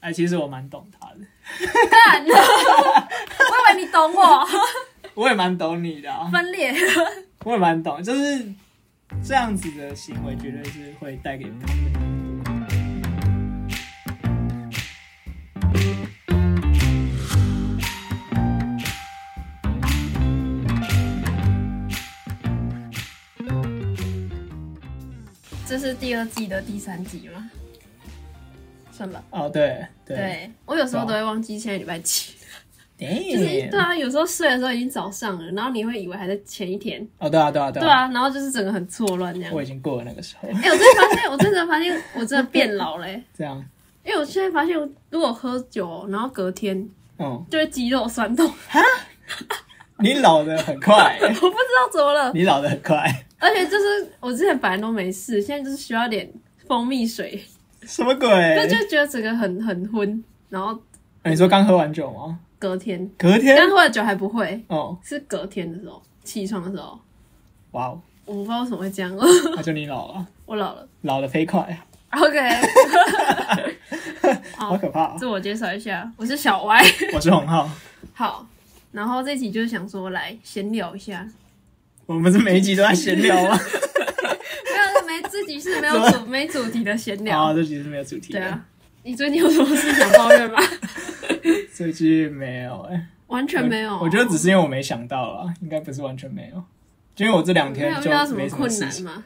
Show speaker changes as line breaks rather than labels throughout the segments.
哎，其实我蛮懂他的，
干，我以为你懂我，
我也蛮懂你的、啊，
分裂。
我也蛮懂，就是这样子的行为，绝对是会带给他们。
这是第二季的第三集吗？算吧。
哦，对对，
对我有时候都会忘记现在礼拜几，
就
就是对啊，有时候睡的时候已经早上了，然后你会以为还在前一天，
哦，对啊，对啊，对
对，啊，然后就是整个很错乱这样
我。已经过了那个时候，
哎、我真的发现，我真的发现，我真的变老嘞、
这样，
因为我现在发现，如果喝酒，然后隔天
嗯，
就会肌肉酸痛，
你老的很快，
我不知道怎么了。
你老的很快，
而且就是我之前本来都没事，现在就是需要点蜂蜜水，
什么鬼？
就就觉得整个很很昏，然后
啊你说刚喝完酒吗？
隔天
隔天
刚，喝了酒还不会，
哦，
是隔天的时候起床的时候，
哇哦，
我不知道为什么会这样，
那就你老了，
我老了。
老的飞快，
OK，
好
好，
可怕、哦。
自我介绍一下，我是小歪。
我是洪浩，
好，然后这集就是想说来闲聊一下，
我们是每一集都在闲聊吗？
没有没自己是没有主没主题的闲
啊，
聊，
这集是没有主题
对
的
啊，。你最近有什么事想抱怨吗？
这集没有哎、
完全没有，
我觉得只是因为我没想到啊，应该不是完全没有，就因为我这两
没
天
有遇
就
到什么
没什么
困
事
难
情，
吗？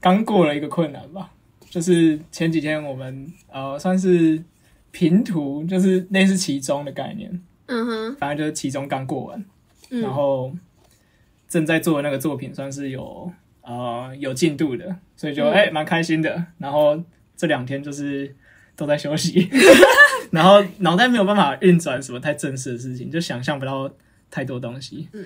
刚过了一个困难吧，就是前几天我们呃算是平图，就是类似期中的概念，
嗯哼，
反正就是期中刚过完，
嗯
然后正在做的那个作品算是有呃有进度的，所以就
嗯
哎蛮、开心的。然后这两天就是都在休 息， 然后脑袋没有办法运转什么太正式的事情，就想象不到太多东西。
嗯，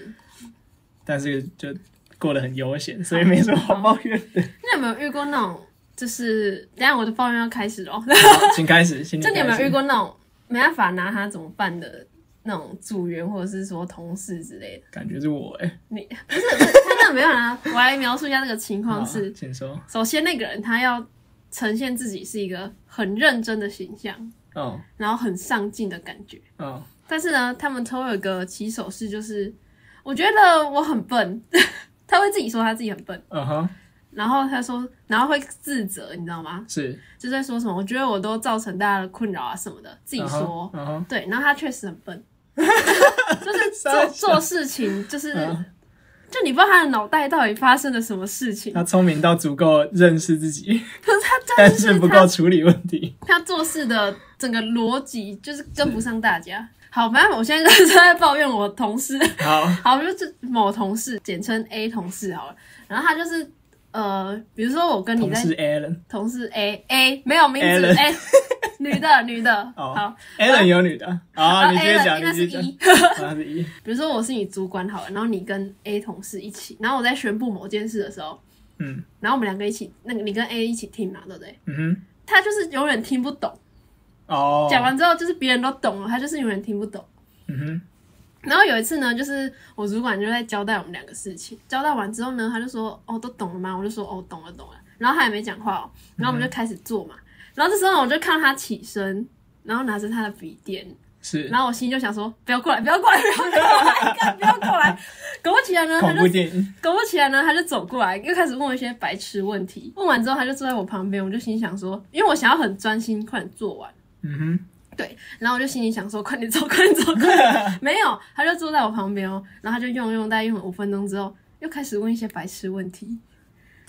但是就过得很悠闲，所以没什么好抱怨的。
那有没有遇过那种就是，等一下我的抱怨要开始喽。
好 请开始，请
就你有没
开始
有遇？过那种没办法拿他怎么办的那种组员或者是说同事 之类的？
感觉是我哎、
你不是不是他真的没有拿？我来描述一下那个情
好
况是：
请说。
首先那个人他要呈现自己是一个很认真的形象，
嗯
然后很上进的感觉。
嗯，
但是呢，他们都有一个起手式，就是我觉得我很笨， 他会自己说他自己很笨，
嗯哼，
然后他说，然后会自责，你知道吗？
是
就在说什么，我觉得我都造成大家的困扰啊什么的，自己说。
嗯哼，
对，然后他确实很笨，就是
傻
做
笑
做事情就是，
嗯
就你不知道他的脑袋到底发生了什么事情，
他聪明到足够认识自己。
可是他
嗯但
但
是
是
不够处理问题。
他他做事的整个逻辑就是跟不上大家。好，反正我现在就是在抱怨我同事，
好，
好，就是某同事，简称 A 同事好了，然后他就是。呃，比如说我跟你
同
在
事 Alan，Alan
同事 A A 没有名字
Alan
A 女的女的，
哦
好，
有女的啊，
然
你
后
继续
A
讲，
了
你
那
继续
是 E
讲
一，，
他是一，
比如说我是你主管好了，然后你跟 A 同事一起，然后我在宣布某件事的时候，
嗯
然后我们两个一起，那个你跟 A 一起听嘛，对不对？
嗯
他就是永远听不懂，
哼，哦，
讲，完之后就是别人都懂了，他就是永远听不懂。
嗯哼，
然后有一次呢，就是我主管就在交代我们两个事情，交代完之后呢，他就说：“哦，都懂了吗？”我就说：“哦，懂了，懂了。”然后他也没讲话哦，然后我们就开始做嘛。然后这时候我就看到他起身，然后拿着他的笔电，
是
然后我心里就想说：“不要过来，不要过来，不要过来，干不要过来！”果不其然呢，他
恐
就
怖电影，
搞不起来呢，他就走过来，又开始问我一些白痴问题。问完之后，他就坐在我旁边，我就心想说，因为我想要很专心，快点做完。
嗯
对，然后我就心里想说，快点走，快点走，快点。没有，他就坐在我旁边哦，然后他就用用，大概用了五分钟之后，又开始问一些白痴问题。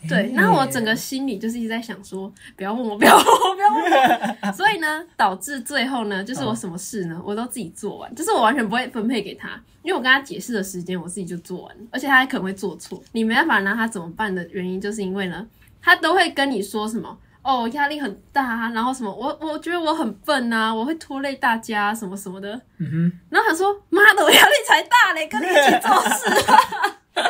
哼，
对，然后我整个心里就是一直在想说，不要问我，不要问我，不要问我。所以呢，导致最后呢，就是我什么事呢，我都自己做完，就是我完全不会分配给他，因为我跟他解释的时间，我自己就做完了，而且他还可能会做错。你没办法拿他怎么办的原因，就是因为呢，他都会跟你说什么。哦，压力很大啊，然后什么，我我觉得我很笨啊，我会拖累大家啊什么什么的。
嗯哼，
然后他说：“妈的，我压力才大嘞，跟你一起做事、啊。”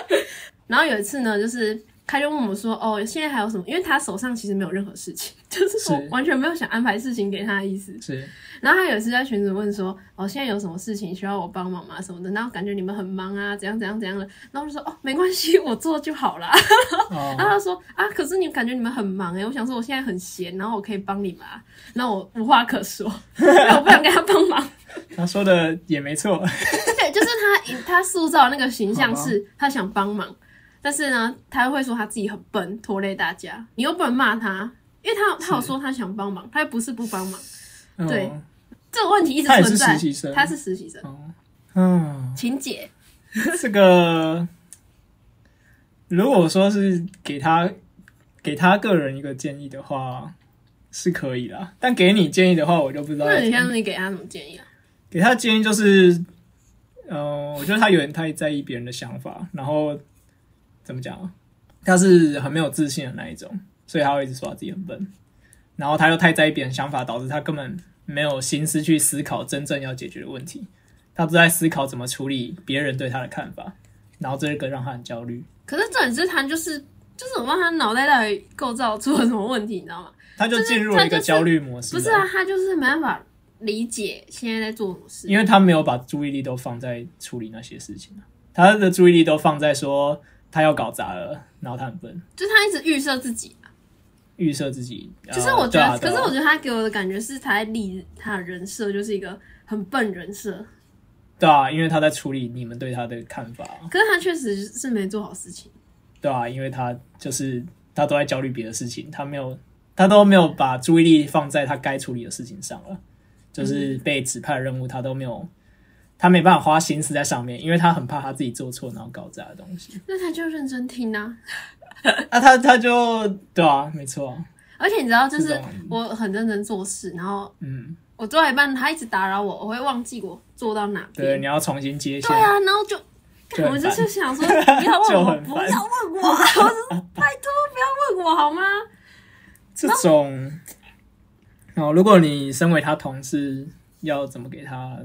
然后有一次呢，就是他就问我说：“哦，现在还有什么？”因为他手上其实没有任何事情，就是我
是
完全没有想安排事情给他的意思。
是
然后他有一次在群组问说，哦，现在有什么事情需要我帮忙吗？什么的，然后感觉你们很忙啊，怎样怎样怎样的，然后我就说，哦，没关系，我做就好啦。 然
哦，
后他说，啊，可是你感觉你们很忙哎、我想说我现在很闲，然后我可以帮你吗？然后我无话可说，因为我不想跟他帮忙。
他说的也没错，
对，就是他 他塑造的那个形象是他想帮忙，但是呢，他会说他自己很笨，拖累大家。你又不能骂他，因为他他有说他想帮忙，他又不是不帮忙，
嗯
对这个问题一直
他也
存
是
在
实。习生，
他是实习生，
哦，嗯，
请姐，
这个如果说是给他给他个人一个建议的话，是可以啦。但给你建议的话，我就不知道要
那
怎
你
么
看你给他什么建议啊？
给他的建议就是，呃，我觉得他有点太在意别人的想法，然后怎么讲啊，他是很没有自信的那一种，所以他会一直说他自己很笨，然后他又太在意别人想法，导致他根本没有心思去思考真正要解决的问题，他都在思考怎么处理别人对他的看法，然后这个让他很焦虑，
可是重点是他就是就是我不知道他脑袋到底构造出了什么问题，你知道吗？
他就进入了一个焦虑模式
不
了，
是啊，他就是没办法理解现在在做什么事。
因为他没有把注意力都放在处理那些事情啊他的注意力都放在说他要搞砸了，然后他很笨。
就是他一直预设自己，
预设自己。
就是
呃
我觉
对
得，
啊
可
对啊
是我觉得他给我的感觉是他在立他的人设，就是一个很笨人设。
对啊，因为他在处理你们对他的看法，
可是他确实是没做好事情，
对啊，因为他就是他都在焦虑别的事情，他没有他都没有把注意力放在他该处理的事情上了，就是被指派的任务他都没有。他没办法花心思在上面，因为他很怕他自己做错，然后搞砸的东西。
那他就认真听啊。
那、他他就对啊，没错啊，
而且你知道，就
这
是
种
我很认真做事，然后
嗯，
我做到一半，他一直打扰我，我会忘记我做到哪
对，
边。
你要重新接线
对，啊，然后就。
就
干
很
我就
烦
是 想说，不要问
就
我，
很
不
烦
要问我，我说 拜托不要问我好吗？
这种 哦，如果你身为他同事，要怎么给他？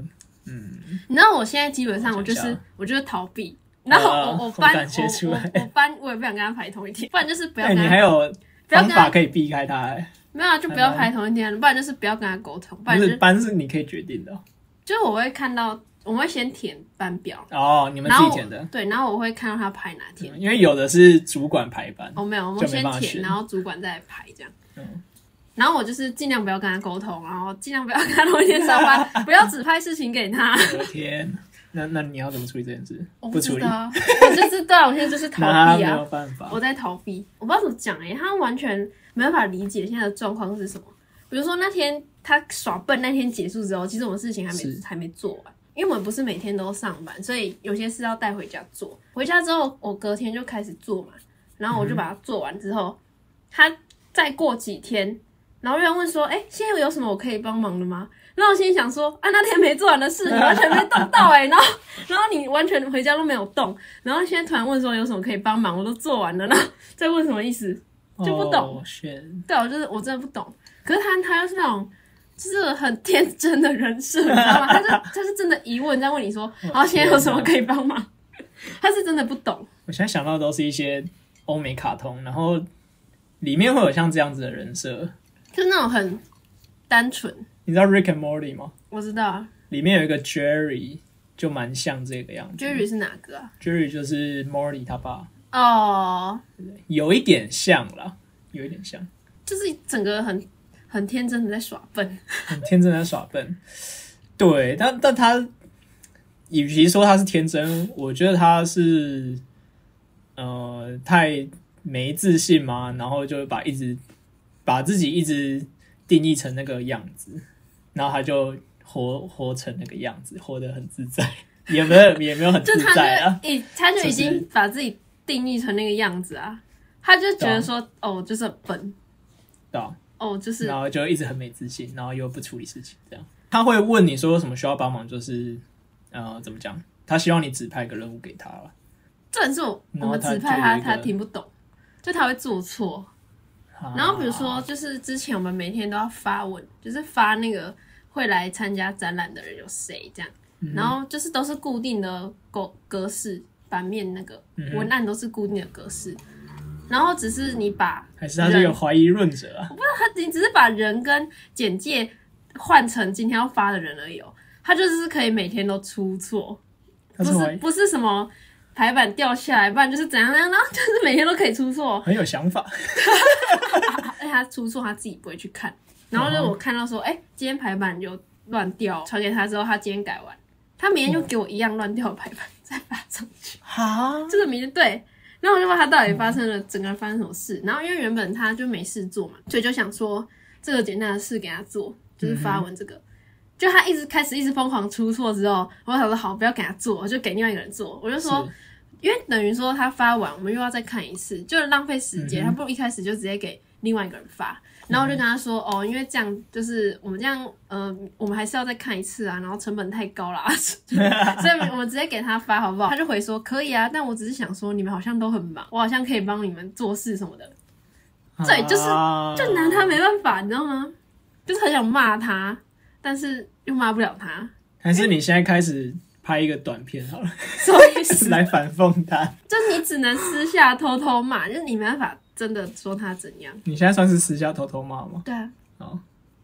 嗯，
你知道我现在基本上我
我
就
想一下
是我就是逃避，然后
啊
我我
我
班
感觉
我
出来
我我班我也不想跟他排同一天，不然就是不要
哎、
跟
你
他，
还有
不要
方
跟
法
他
可以避开他、欸，
没有啊就不要排同一天，不然就是不要跟他沟通，不
不
然就是是
班是你可以决定的哦
就是我会看到我会先填班表，
哦，你们
然
自
后
己填的
我，对，然后我会看到他排哪天，
因为有的是主管排班，
哦，没有，我
就
们
没
先
办法
填，
选
然后主管再来排这样。
嗯
然后我就是尽量不要跟他沟通，然后尽量不要跟他同一天 上班，不要指派事情给他。
我的天，那那你要怎么处理这件事？
我
不处
知
理
道，，啊，我就是对啊，我现在就是逃
那
避
没
啊。
有办法。
我在逃避，我不知道怎么讲哎、欸，他完全没办法理解现在的状况是什么。比如说那天他耍笨那天结束之后，其实我们事情还没
是
还没做完，因为我们不是每天都上班，所以有些事要带回家做。回家之后，我隔天就开始做嘛，然后我就把它做完之后，他再过几天，然后又问说：“哎、现在有什么我可以帮忙的吗？”然后我心里想说：“啊，那天没做完的事，你完全没动到哎、然后然后你完全回家都没有动，然后现在突然问说有什么可以帮忙，我都做完了，然后再问什么意思？就不懂
哦，shit
对，我就是我真的不懂。可是他他又是那种就是很天真的人设，你知道吗？他就他是真的疑问在问你说，
哦
然后现在有什么可以帮忙？他是真的不懂，
我现在想到的都是一些欧美卡通，然后里面会有像这样子的人设。
就是那种很单纯。
你知道 Rick and Morty 吗？
我知道啊
里面有一个 Jerry 就蛮像这个样子。
，Jerry 是哪个啊？
Jerry 就是 Morty 他爸，
哦，
有一点像啦，有一点像。
就是整个很很天真的在耍笨，
很天真的耍笨。对，但但他，与其说他是天真，我觉得他是，呃，太没自信嘛，然后就把一直把自己一直定义成那个样子，然后他就活活成那个样子，活得很自在，也没有也没有很
就
自
他
在啊。
就已、他就已
就
经
是
把自己定义成那个样子啊，他就觉得说哦，我就是很笨，
对啊
哦，我就是
然后就一直很没自信，然后又不处理事情，这样他会问你说有什么需要帮忙，就是呃怎么讲，他希望你指派一个任务给他了。
这点是我
然后
我们
他
指派
就
他，
有一
他
个
听不懂，就他会做错。
啊哦
然后比如说，就是之前我们每天都要发文，就是发那个会来参加展览的人有谁这样，然后就是都是固定的格格式版面，那个文案都是固定的格式。然后只是你把
还是他是个怀疑论者啊？
他你只是把人跟简介换成今天要发的人而已哦，他就是可以每天都出错，
他
不
是怀
是
疑
不是什么排版掉下来，不然就是怎样怎样，然后就是每天都可以出错，
很有想法，
而且他出错他自己不会去看，然后就我看到说，哎、今天排版有乱掉，传给他之后，他今天改完，他明天又给我一样乱掉的排版再发上去。
哈，
就是明天对。然后我就问他到底发生了，整个发生什么事。然后因为原本他就没事做嘛，所以就想说这个简单的事给他做，就是发文这个。就他一直开始一直疯狂出错之后，我想说好，不要给他做，我就给另外一个人做。我就说，因为等于说他发完，我们又要再看一次，就是浪费时间。
嗯哼嗯
他不如一开始就直接给另外一个人发。然后我就跟他说，哦，因为这样就是我们这样，呃，我们还是要再看一次啊，然后成本太 高了啊，所以我们直接给他发好不好？他就回说可以啊，但我只是想说你们好像都很忙，我好像可以帮你们做事什么的，对就是
啊哦
就拿他没办法，你知道吗？就是很想骂他，但是又骂不了他，
还是你现在开始拍一个短片好了，
所以是
来反讽他。
就是你只能私下偷偷骂，就是你没办法真的说他怎样。
你现在算是私下偷偷骂吗？
对啊，
哦，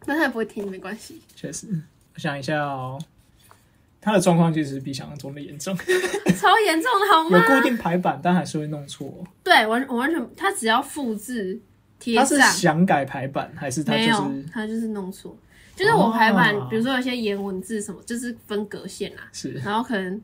但他也不会听，没关系。
确实，我想一下哦，他的状况其实比想象中的严重，
超严重的好
有
吗？
固定排版，但还是会弄错。哦
对，完我完全，他只要复制贴
他
上，
是想改排版，还是他
啊没
就
有
是，
他就是弄错。就是我排版，
哦
比如说有些颜文字什么，就是分隔线啦，
是
然后可能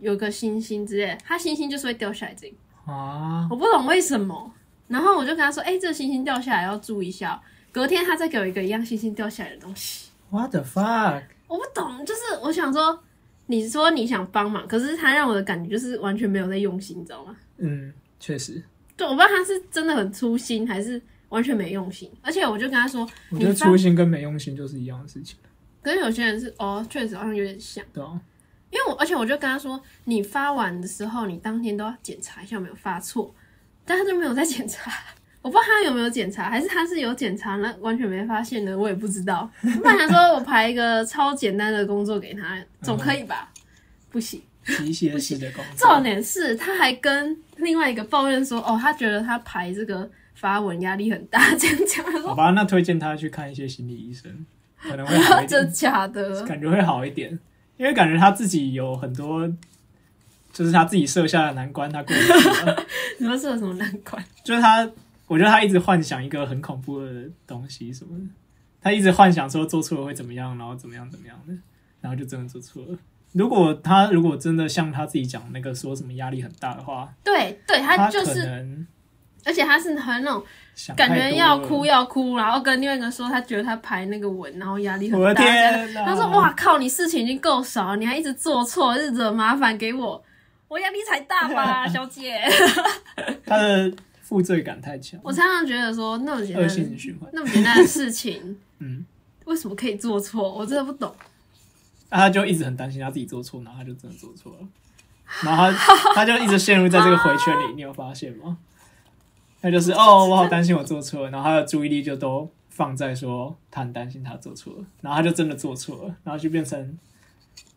有个星星之类，它星星就是会掉下来这个，
啊？
我不懂为什么。然后我就跟他说：“哎、这个星星掉下来要注意一下哦、隔天他再给我一个一样星星掉下来的东西，
What the fuck？
我不懂，就是我想说，你说你想帮忙，可是他让我的感觉就是完全没有在用心，你知道吗？
嗯，确实，
对，我不知道他是真的很粗心，还是完全没用心。而且我就跟他说，
我
你
觉得
发
粗心跟没用心就是一样的事情，
可是有些人是哦，确实好像有点像。
对啊，
因为我而且我就跟他说，你发完的时候，你当天都要检查一下有没有发错，但他就没有在检查。我不知道他有没有检查，还是他是有检查，那完全没发现呢？我也不知道。我本来想说我排一个超简单的工作给他，总可以吧？
嗯
不行，
机械式的工
重
作，
点是他还跟另外一个抱怨说，哦，他觉得他排这个发文压力很大，这样讲。他
好
说
吧，那推荐他去看一些心理医生，可能会好一
真
点，
假的，
感觉会好一点，因为感觉他自己有很多，就是他自己设下的难关，他过不去了。
你们是有什么难关？
就是他，我觉得他一直幻想一个很恐怖的东西什么的，他一直幻想说做错了会怎么样，然后怎么样怎么样的，然后就真的做错了。如果他如果真的像他自己讲那个说什么压力很大的话，
对对，他
他
就
可
是，
能
而且他是很那种。
想
感
太
觉
多
要
了
哭。要哭，然后跟另外一个说，他觉得他排那个文，然后压力很
我的
大。
天哪！
他说：“哇靠，你事情已经够少，你还一直做错，一直惹麻烦给我，我压力才大 吧，小姐。
他的负罪感太强”，
我常常觉得说，那么简单
恶性
的、
循环。
那么简单的事情，
嗯，
为什么可以做错？我真的不懂。
那他就一直很担心他自己做错，然后他就真的做错了，然后他他就一直陷入在这个回圈里，你有发现吗？他就是哦，我好担心我做错了，然后他的注意力就都放在说他很担心他做错了，然后他就真的做错了，然后就变成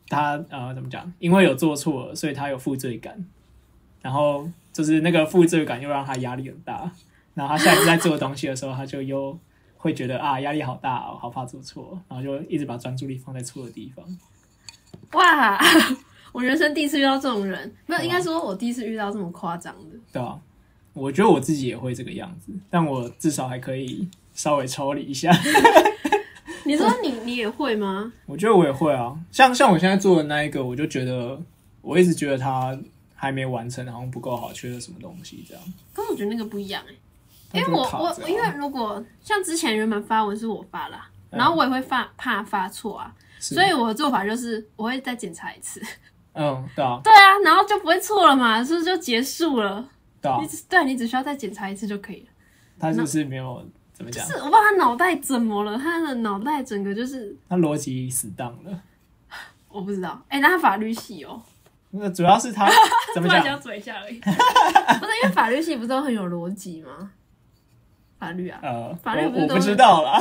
他呃怎么讲？因为有做错了，所以他有负罪感，然后就是那个负罪感又让他压力很大，然后他下一次在做东西的时候，他就又会觉得啊压力好大哦，好怕做错，然后就一直把专注力放在错的地方。
哇，我人生第一次遇到这种人，没有，应该说我第一次遇到这么夸张的。
对啊，我觉得我自己也会这个样子，但我至少还可以稍微抽离一下。
你说你你也会吗？
我觉得我也会啊，像像我现在做的那一个，我就觉得我一直觉得它还没完成，好像不够好，缺了什么东西这样。
可我觉得那个不一样
它
哎、因为
就
我
卡着
我
啊
因为如果像之前原本发文是我发啦，
嗯
然后我也会发怕发错啊，
是
所以我的做法就是我会再检查一次。
嗯，对啊，
对啊，然后就不会错了嘛，是不是就结束了？
对啊
你，只对你只需要再检查一次就可以了。
它就是没有怎么
就
讲
是，我不知道他脑袋怎么了，他的脑袋整个就是
它逻辑死当了。
我不知道。哎、那他法律系哦，
那主要是它 怎
突
么
然想
讲？
嘴一下 而已。不是因为法律系不是都很有逻辑吗？法律啊，
呃，
法律不
我
是
我
都
不
是
知道啦。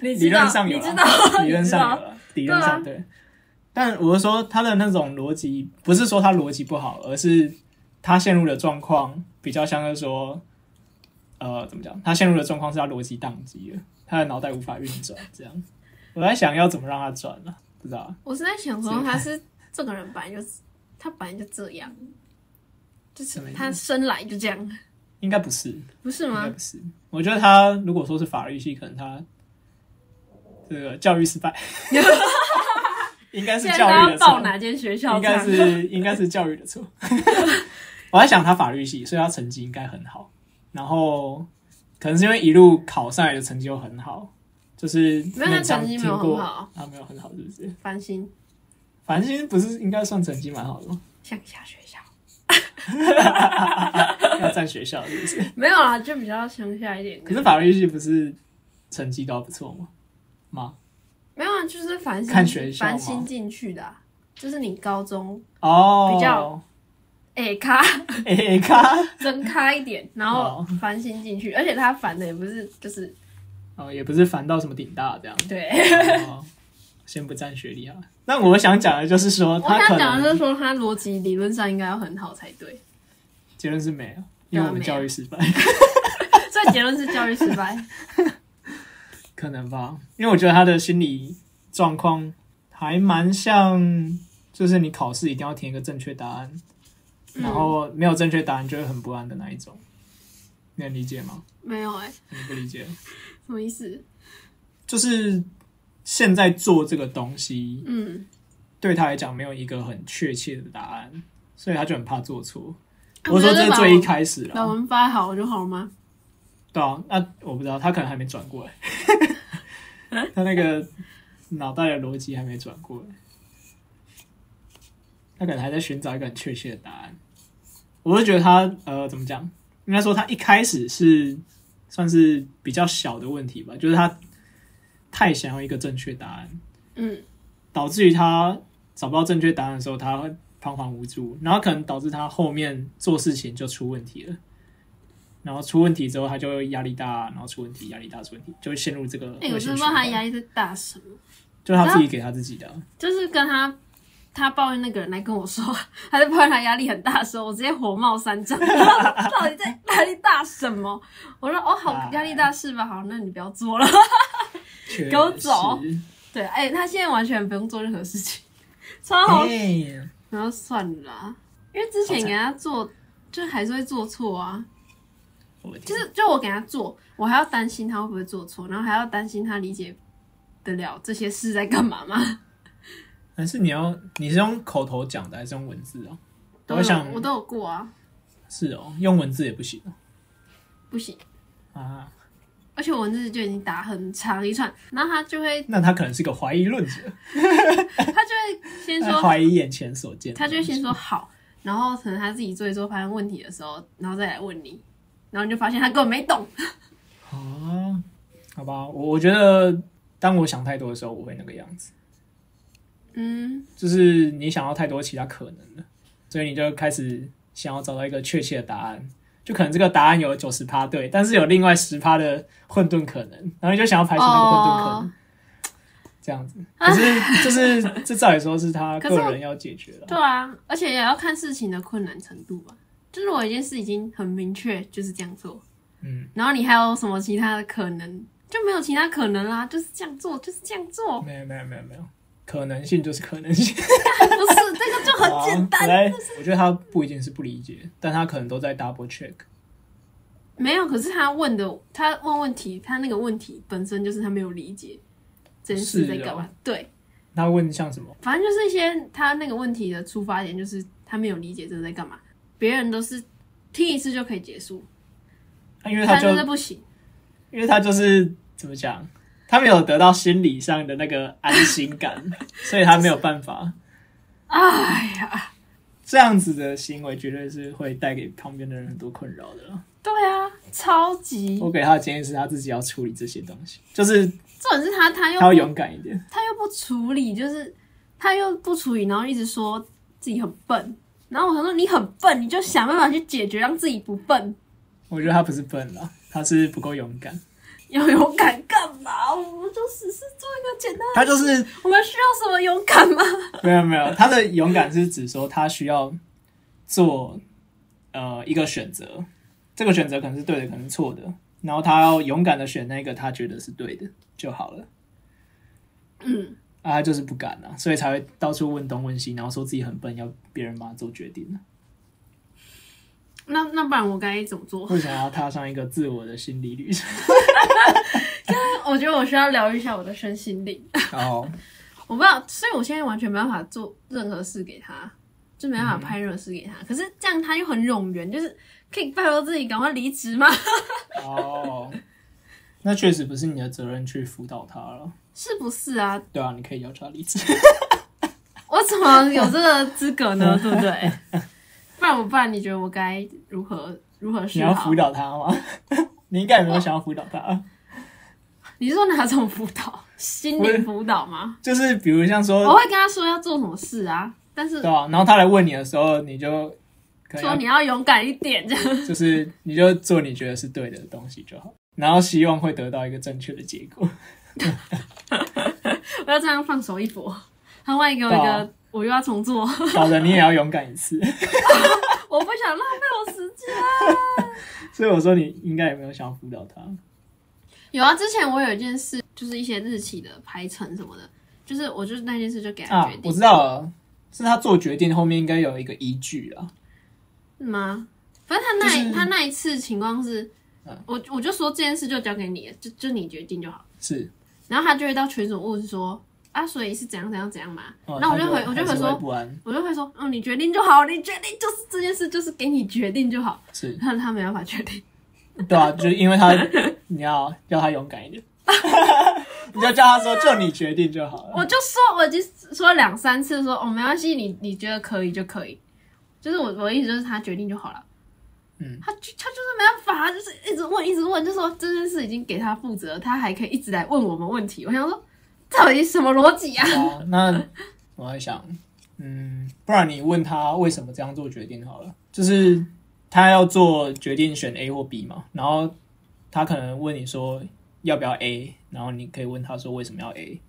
你
理
知道
论上有啊
啊你
啦
知道，
理论上有
你知道。
了，理论上对。但我是说，他的那种逻辑，不是说他逻辑不好，而是他陷入的状况比较像是说，呃，怎么讲？他陷入的状况是他逻辑宕机了，他的脑袋无法运转。这样，我在想要怎么让他转呢、不知道。
我是在想
自
说
己
他
看
是这个人本来就是他本来就这样，就是
什么意思
他生来就这样，
应该不是，应
不是
该
吗？
不是。我觉得他如果说是法律系，可能他这个教育失 败，应该是
现在
教
他
育的
要
错
报，哪间学校
应
这
该
样？
是应该是教育的错。 我在想他法律系，所以他成绩应该很好。然后可能是因为一路考上来的成绩又很好，就是
没有他
你常
成绩没
听
有很
过
好
啊，没有很好是不是？
翻新，
反正不是应该算成绩蛮好的吗？
像下学校
要占学校是不是？
没有啦，就比较乡下一点。
可是法律系不是成绩都还不错吗？吗？
没有啊，就是繁星
看学校吗
繁星进去的啊、就是你高中
哦，哎
比较哎 咖
A A 咖
真咖一点，然后
哦
繁星进去，而且他烦的也不是就是。
哦，也不是烦到什么顶大这样
对。
哦先不占学历啊。那我想讲的就是说，
我
他可
想讲的
能
是说，他逻辑理论上应该要很好才对，
结论是啊没有，因为我们教育失败，
所以结论是教育失败。
可能吧。因为我觉得他的心理状况还蛮像，就是你考试一定要填一个正确答案，
嗯
然后没有正确答案就会很不安的那一种。你能理解吗？
没有哎、
你不理解，
什么意思？
就是现在做这个东西，
嗯，
对他来讲没有一个很确切的答案，所以他就很怕做错。
啊
我说这是
把
最一开始
把
了，
文发好就好了吗？
对啊，那我不知道，他可能还没转过来，他那个脑袋的逻辑还没转过来，他可能还在寻找一个很确切的答案。我是觉得他呃，怎么讲？应该说他一开始是算是比较小的问题吧，就是他太想要一个正确答案，
嗯，
导致于他找不到正确答案的时候，他会彷徨无助，然后可能导致他后面做事情就出问题了。然后出问题之后，他就会压力大，然后出问题，压力大，出问题，就会陷入这个
哎、
恶
我真
性
的
循
不知道他
环。
压力在大什么，
就是他自己给他自己的啊。
就是跟他他抱怨那个人来跟我说， 他在抱怨他压力很大的时候，我直接火冒三丈， 到底在压力大什么？我说哦，
哎
好，压力大是吧？好，那你不要做了。
确
给我走
实！
对，哎、他现在完全不用做任何事情，
哎
超
哦
好
嘿
然后算了啦，因为之前给他做，就还是会做错啊。
我的天
就是就我给他做，我还要担心他会不会做错，然后还要担心他理解得了这些事在干嘛吗？
但哎是你要你是用口头讲的还是用文字啊？
都
我
有
想，
我都有过啊，
是哦，用文字也不行哦
不行。
啊。
而且我文字就已经打很长一串，然后他就会，
那他可能是个怀疑论者，
他就会先
他
说，
怀疑眼前所见的
他
东西。
就会先说好，然后可能他自己做一做，发现问题的时候，然后再来问你，然后你就发现他根本没懂。
啊，好吧，我我觉得当我想太多的时候，我会那个样子，
嗯，
就是你想要太多其他可能了，所以你就开始想要找到一个确切的答案，就可能这个答案有九十趴对，但是有另外十趴的混沌可能，然后你就想要排除那个混沌可能。
哦
这样子，可是 就是这照理说是他
可是我
个人要解决了
对，啊，而且也要看事情的困难程度吧。就是我一件事已经很明确，就是这样做，
嗯，
然后你还有什么其他的可能？就没有其他可能啦，就是这样做，就是这样做，
没有没有没有没有，可能性就是可能 性，
不是这个就很简
好啊
单。
来我觉得他不一定是不理解，但他可能都在 double check，
没有，可是他问的，他问问题，他那个问题本身就是他没有理解这件事
是
在
哦
干嘛。对，
他问像什么？
反正就是一些他那个问题的出发点就是他没有理解这个在干嘛，别人都是听一次就可以结束，
他因为他
他
就
就是不行。
因为他就是怎么讲，他没有得到心理上的那个安心感， 所以他没有办法。
哎呀，
这样子的行为绝对是会带给旁边的人很多困扰的啦。
对啊，超级。
我给他的建议是他自己要处理这些东西，就是
这种是他，他又
他要
不
勇敢一点。
他又不处理，就是他又不处理，然后一直说自己很笨。然后我想说你很笨，你就想办法去解决，让自己不笨。
我觉得他不是笨啦，他是不够勇敢。
要勇敢干嘛？我们就只是做一个简单
他就是
的，我们需要什么勇 敢吗？
没有没有，他的勇敢是指说他需要做呃一个选择，这个选择可能是对的，可能是错的，然后他要勇敢的选那个他觉得是对的就好了。
嗯，
啊，他就是不敢啊，所以才会到处问东问西，然后说自己很笨，要别人帮他做决定啊
那那不然我该怎么做？
为什么要踏上一个自我的心理旅程？
我觉得我需要疗愈一下我的身心灵。
哦，
我不知道，所以我现在完全没办法做任何事给他，就没办
嗯
法拍任何事给他。可是这样他又很冗员，就是可以拜托自己赶快离职吗？
哦，那确实不是你的责任去辅导他了。
是不是啊？
对啊，你可以要求他离职。
我怎么有这个资 格呢？对不对？不然我不然你觉得我该如何如何
你
是
要
好
辅？导他吗？ 你应该也没有想要辅导他，
你是说哪种辅 导？心灵辅导吗？
就是比如像
我
说，
会跟他说要做什么事啊，但是
对啊，然后他来问你的时候，你就可啊
说
能
你要勇敢一点，这样
要就是你就做你觉得是对的东西就好，然后希望会得到一个正确的结 果。
不要这样放手一搏。他万一给我一
对
个
啊，
我又要重做，
好的，你也要勇敢一次。
我不想浪费我时间。啊
所以我说你应该也没有想要辅导他。
有啊，之前我有一件事，就是一些日期的排程什么的，就是我就是那件事就给他
啊
决，定，
我知道了，是他做决定后面应该有一个依据啊啦。
是吗？反正他那、
就是
他那一次情况是
嗯，
我我就说这件事就交给你了，就就你决定就好。
是，
然后他就会到群主问说啊，所以是怎样怎样怎样嘛？
哦
那我就
他
回我就
还
回
是
说，
不安，
我就会说，嗯，你决定就好，你决定就是这件事就是给你决定就好。
是
但他没办法决定，
对啊，就是因为 他你要叫他勇敢一点， 你就叫他说就你决定就好了。
我就说我已经说两三次说哦，没关系，你你觉得可以就可以。就是我我的意思就是他决定就好了。
嗯，
他就他就是没办法，他啊就是一直问，一直问，就说这件事已经给他负责，他还可以一直来问我们问题。我想说，到底什么逻辑啊？
好，那我在想，嗯，不然你问他为什么这样做决定好了，就是他要做决定选 A 或 B 嘛，然后他可能问你说要不要 A，然后你可以问他说为什么要 A，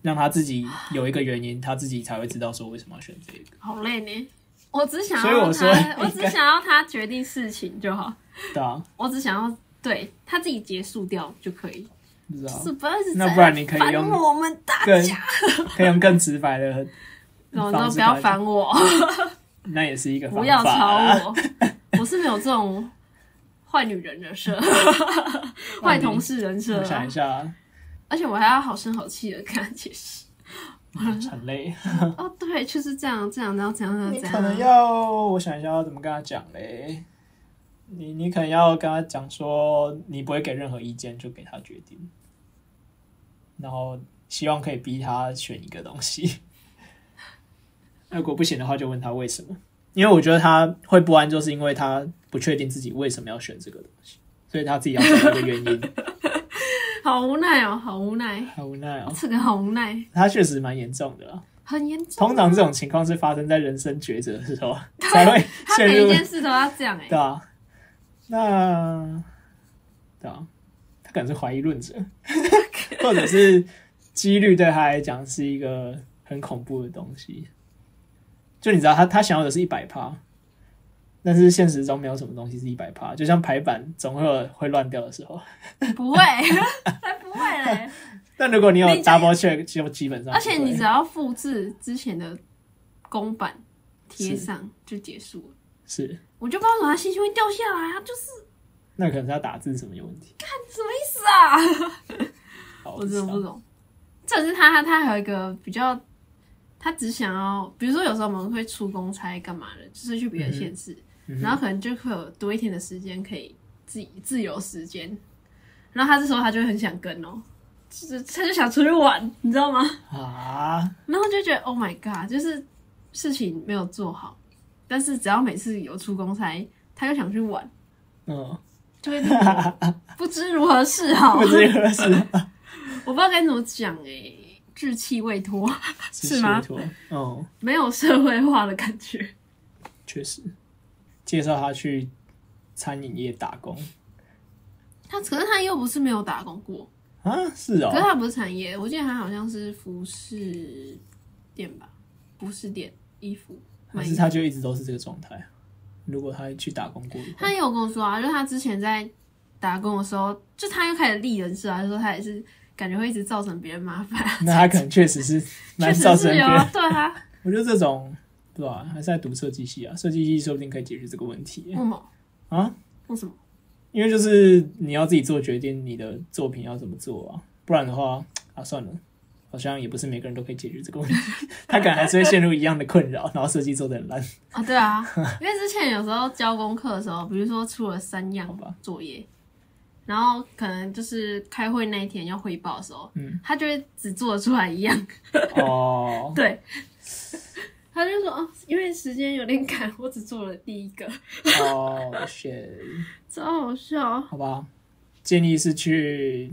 让他自己有一个原因，他自己才会知道说为什么要选这个，
好累呢。我只想
所以
要
我
他，
说
我
应
只
该
想要他决定事情就好，
对啊，
我只想要对他自己结束掉就可以。
不知道，
是不要一直
那
在
不然你可以
烦
用
我们大
更
家，
可以用更直白的，
然后
方
都
式
不要
来
烦我，
那也是一个方法
不要吵
啊。
我， 我是没有这种坏女人人设，坏同事人 设
我，想一下，
而且我还要好声好气的跟他 解释。啊
很累。
哦，对，就是这样，这样，然后怎样，然后
你
怎
可能
样。
要，我想一下要怎么跟他讲嘞。你你可能要跟他讲说，你不会给任何意见，就给他决定，然后希望可以逼他选一个东西。 如果不行的话，就问他为什么。因为我觉得他会不安，就是因为他不确定自己为什么要选这个东西，所以他自己要找到一个原因。
好无奈哦，好无奈，
好无奈哦，
这个好无奈，
他确实蛮严重的啦。
很严重。
通常这种情况是发生在人生抉择的时候啊才会
他
陷
每一
入
件事都要这样哎、
对啊，那对啊，他可能是怀疑 论者，或者是几率对他来讲是一个很恐怖的东西。就你知道他，他想要的是一百趴，但是现实中没有什么东西是一百趴，就像排版总会有会乱掉的时候。
不会，才不会嘞！
但如果你有
你这
double check，就基本上
而
不会
且你只要复制之前的公版贴上就结束了。
是
我就不知道为什么他信息会掉下来啊，就是
那可能是他打字什么有问题，
什么意思啊？
好
我真的
知道
不懂。这是他，他还有一个比较，他只想要，比如说有时候我们会出公差干嘛的，就是去别的县市，
嗯哼
然后可能就会有多一天的时间可以自己自由时间，然后他这时候他就会很想跟哦，就是他就想出去玩，你知道吗？
啊，
然后就觉得 Oh my God，就是事情没有做好，但是只要每次有出公差，他又想去玩，
嗯，
哦 就会令我不知如何是好，
不
我
知何是
不知道该怎么讲哎、稚气未脱。是吗
解脱？嗯。
没有社会化的感觉。
确实，介绍他去餐饮业打工
他可是他又不是没有打工过，
啊，是
可是
哦，
他不是产业，我记得他好像是服饰店吧，服饰店衣服
还
卖
是
衣
他
服。
就一直都是这个状态？啊如果他去打工过的话
他，也有跟我说啊，就是他之前在打工的时候，就他又开始立人设啊，就说他也是感觉会一直造成别人麻烦，
那他可能确实是哦蛮
确
造
实
成
是
别
有
人。
啊，对啊，
我觉得这种对吧、还是在读设计系啊，设计系说不定可以解决这个问题
为什么？
啊，
为什么？
因为就是你要自己做决定，你的作品要怎么做啊，不然的话啊算了。好像也不是每个人都可以解决这个问 题，他可能还是会陷入一样的困扰，然后设计做的很烂，
啊，对啊，因为之前有时候交功课的时候，比如说出了三
好
样
吧
作业，然后可能就是开会那一天要汇报的时候，
嗯，
他就会只做出来一样，
哦，
对，他就说哦，因为时间有点赶，我只做了第一个，
哦，shit，
超好笑。
好吧，建议是去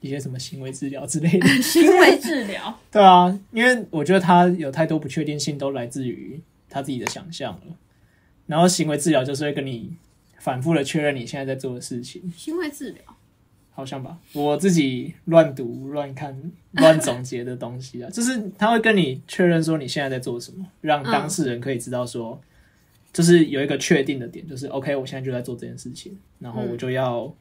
一些什么行为治疗之类的。
行为治疗，
对啊，因为我觉得他有太多不确定性都来自于他自己的想象了。然后行为治疗就是会跟你反复的确认你现在在做的事情，
行为治疗，
好像吧？我自己乱读、乱看、 乱总结的东西啊，就是他会跟你确认说你现在在做什么，让当事人可以知道说，就是有一个确定的点，就是 OK，我现在就在做这件事情，然后我就要、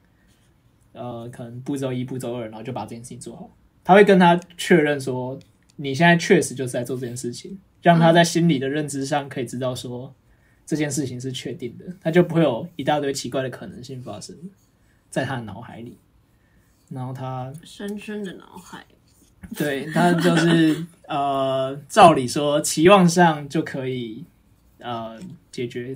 呃，可能步骤一、步骤二，然后就把这件事情做好。他会跟他确认说，你现在确实就是在做这件事情，让他在心理的认知上可以知道说这件事情是确定的，他就不会有一大堆奇怪的可能性发生在他的脑海里。然后他
深深的脑海，
对他就是呃，照理说期望上就可以呃解决，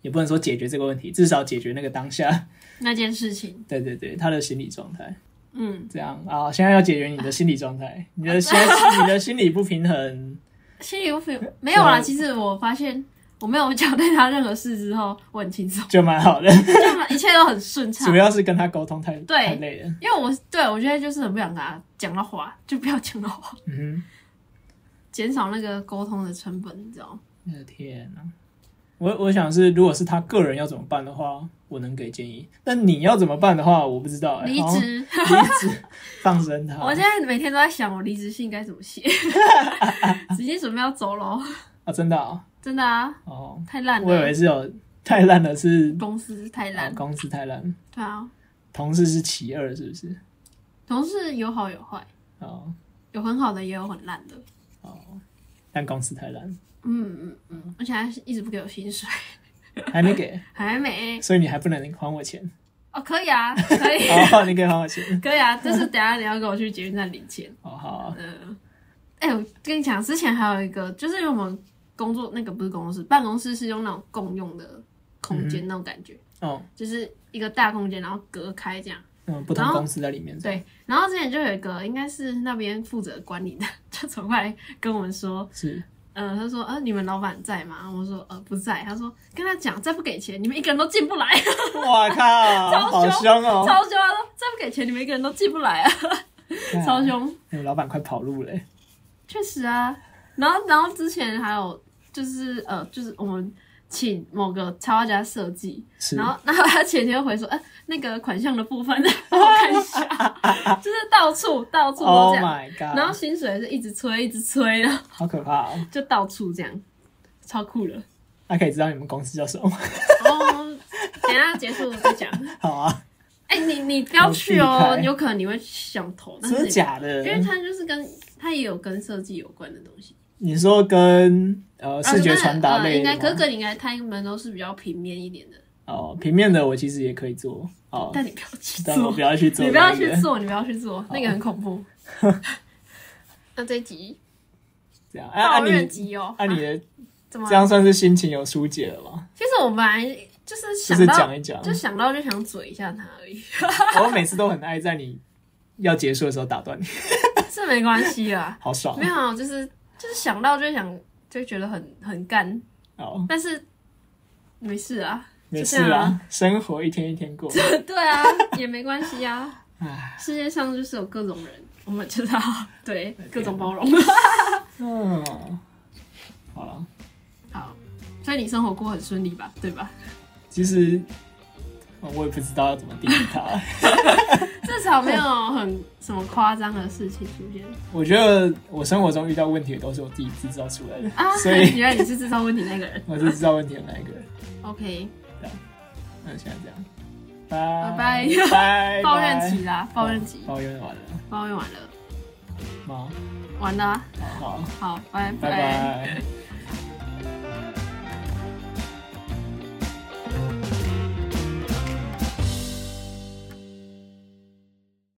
也不能说解决这个问题，至少解决那个当下。
那件事情，
对对对，他的心理状态。
嗯，
这样啊，现在要解决你的心理状态，你的现在你的心理不平衡，
心里有没没有啦？
嗯
其实我发现我没有交代他任何事之后，我很轻松，
就蛮好的。
就蛮一切都很顺畅
主。要是跟他沟通太
对
太累了。
因为我对我现在就是很不想跟他讲到话，就不要讲到话，
嗯
减少那个沟通的成本，你知道吗？
哼，我的天哪、我我想是，如果是他个人要怎么办的话，我能给建议。但你要怎么办的话，我不知道、欸。
离
好像
职，
离职，放生他。
我现在每天都在想我离职信该怎么写， 直接准备要走喽，
啊，真的、啊、
真的啊，
哦，
太烂
我以
了，
为是有太烂了是，
公司太
啊
烂，
公司太烂，
对啊，
同事是其二，是不是？
同事有好有坏，
哦
有很好的，也有很烂的。
哦，但公司太烂，
嗯嗯嗯，而且还是一直不给我薪水，
还没 给，
还没
所以你还不能还我钱。
哦，可以啊，可以，
哦，你可以还我钱。
可以啊，就是等一下你要跟我去捷运站领钱。
哦，好啊，
嗯，哎、我跟你讲，之前还有一个，就是因为我们工作那个不是工作室，办公室是用那种共用的空间，那种感觉，
哦，
就是一个大空间，然后隔开这样。
嗯，不同公司在里面，
对，然后之前就有一个，应该是那边负责管理的， 就走过来跟我们说，
是
呃，他说，呃，你们老板在吗？我说，呃，不在。他说，跟他讲，再不给钱，你们一个人都进不来。
哇靠，好
超凶
凶哦！
超凶啊！说再不给钱，你们一个人都进不来啊，
看
超，凶，
你们老板快跑路嘞！
确实啊。然后，然后之前还有就是呃，就是我们请某个插画家设计，
是
然后然后他前天又回说，哎、那个款项的部分 我看一下，就是到处到处都
，Oh
这样。
my
然后
god，
薪水是一直催，一直催，然后
好可怕哦！
就到处这样，超酷的。
那可以知道你们公司叫什么吗？
然后哦等一下结束再讲。
好啊，
哎、你你不要去
我
哦
避，开
有可能你会想投，但
真
是
的
你
假
因为
的？
它就是跟它也有跟设计有关的东西，
你说跟呃视觉传达
啊那呃、
类
应该，可
的
是
吗
跟应该他们都是比较平面一点的，
哦，平面的我其实也可以做 哦，
但你不要去
但我
做
不，要去做，
你不要
对
去
对
做，你不要去做，那个很恐怖。 那这一 集
这样。哎，
抱
按
怨
你
集哦，
按你
啊
的
怎么
这？样算是心情有疏解了吗？
其实我本来就是
就
想
是
到
讲一讲，
就想到就想嘴一下他而已，
我每次都很爱在你要结束的时候打断你，
是没关系啦，
好爽
没有，啊就是就是想到就想就觉得很很干，
哦！
但是没事啊，
没
就
事
这样
啦
啊，
生活一天一天过。
对啊，也没关系啊。
唉，
世界上就是有各种人，我们知道，对各种包容。
嗯，好了，
好，所以你生活过很顺利吧？ 对吧？
哦其实呃我也不知道要怎么定义它。
这至少没有很什么夸张的事情出现
我觉得我生活中遇到问题都是我自己制造出来的，
啊。
所以
原来你是制造问题那个人。
我是制造问题的那一个人。
OK，
那现在这样，拜
拜
拜，
抱怨期啦，抱怨期，
抱怨完了
抱怨完了，
吗？
完了啊，
好，
好，拜
拜拜。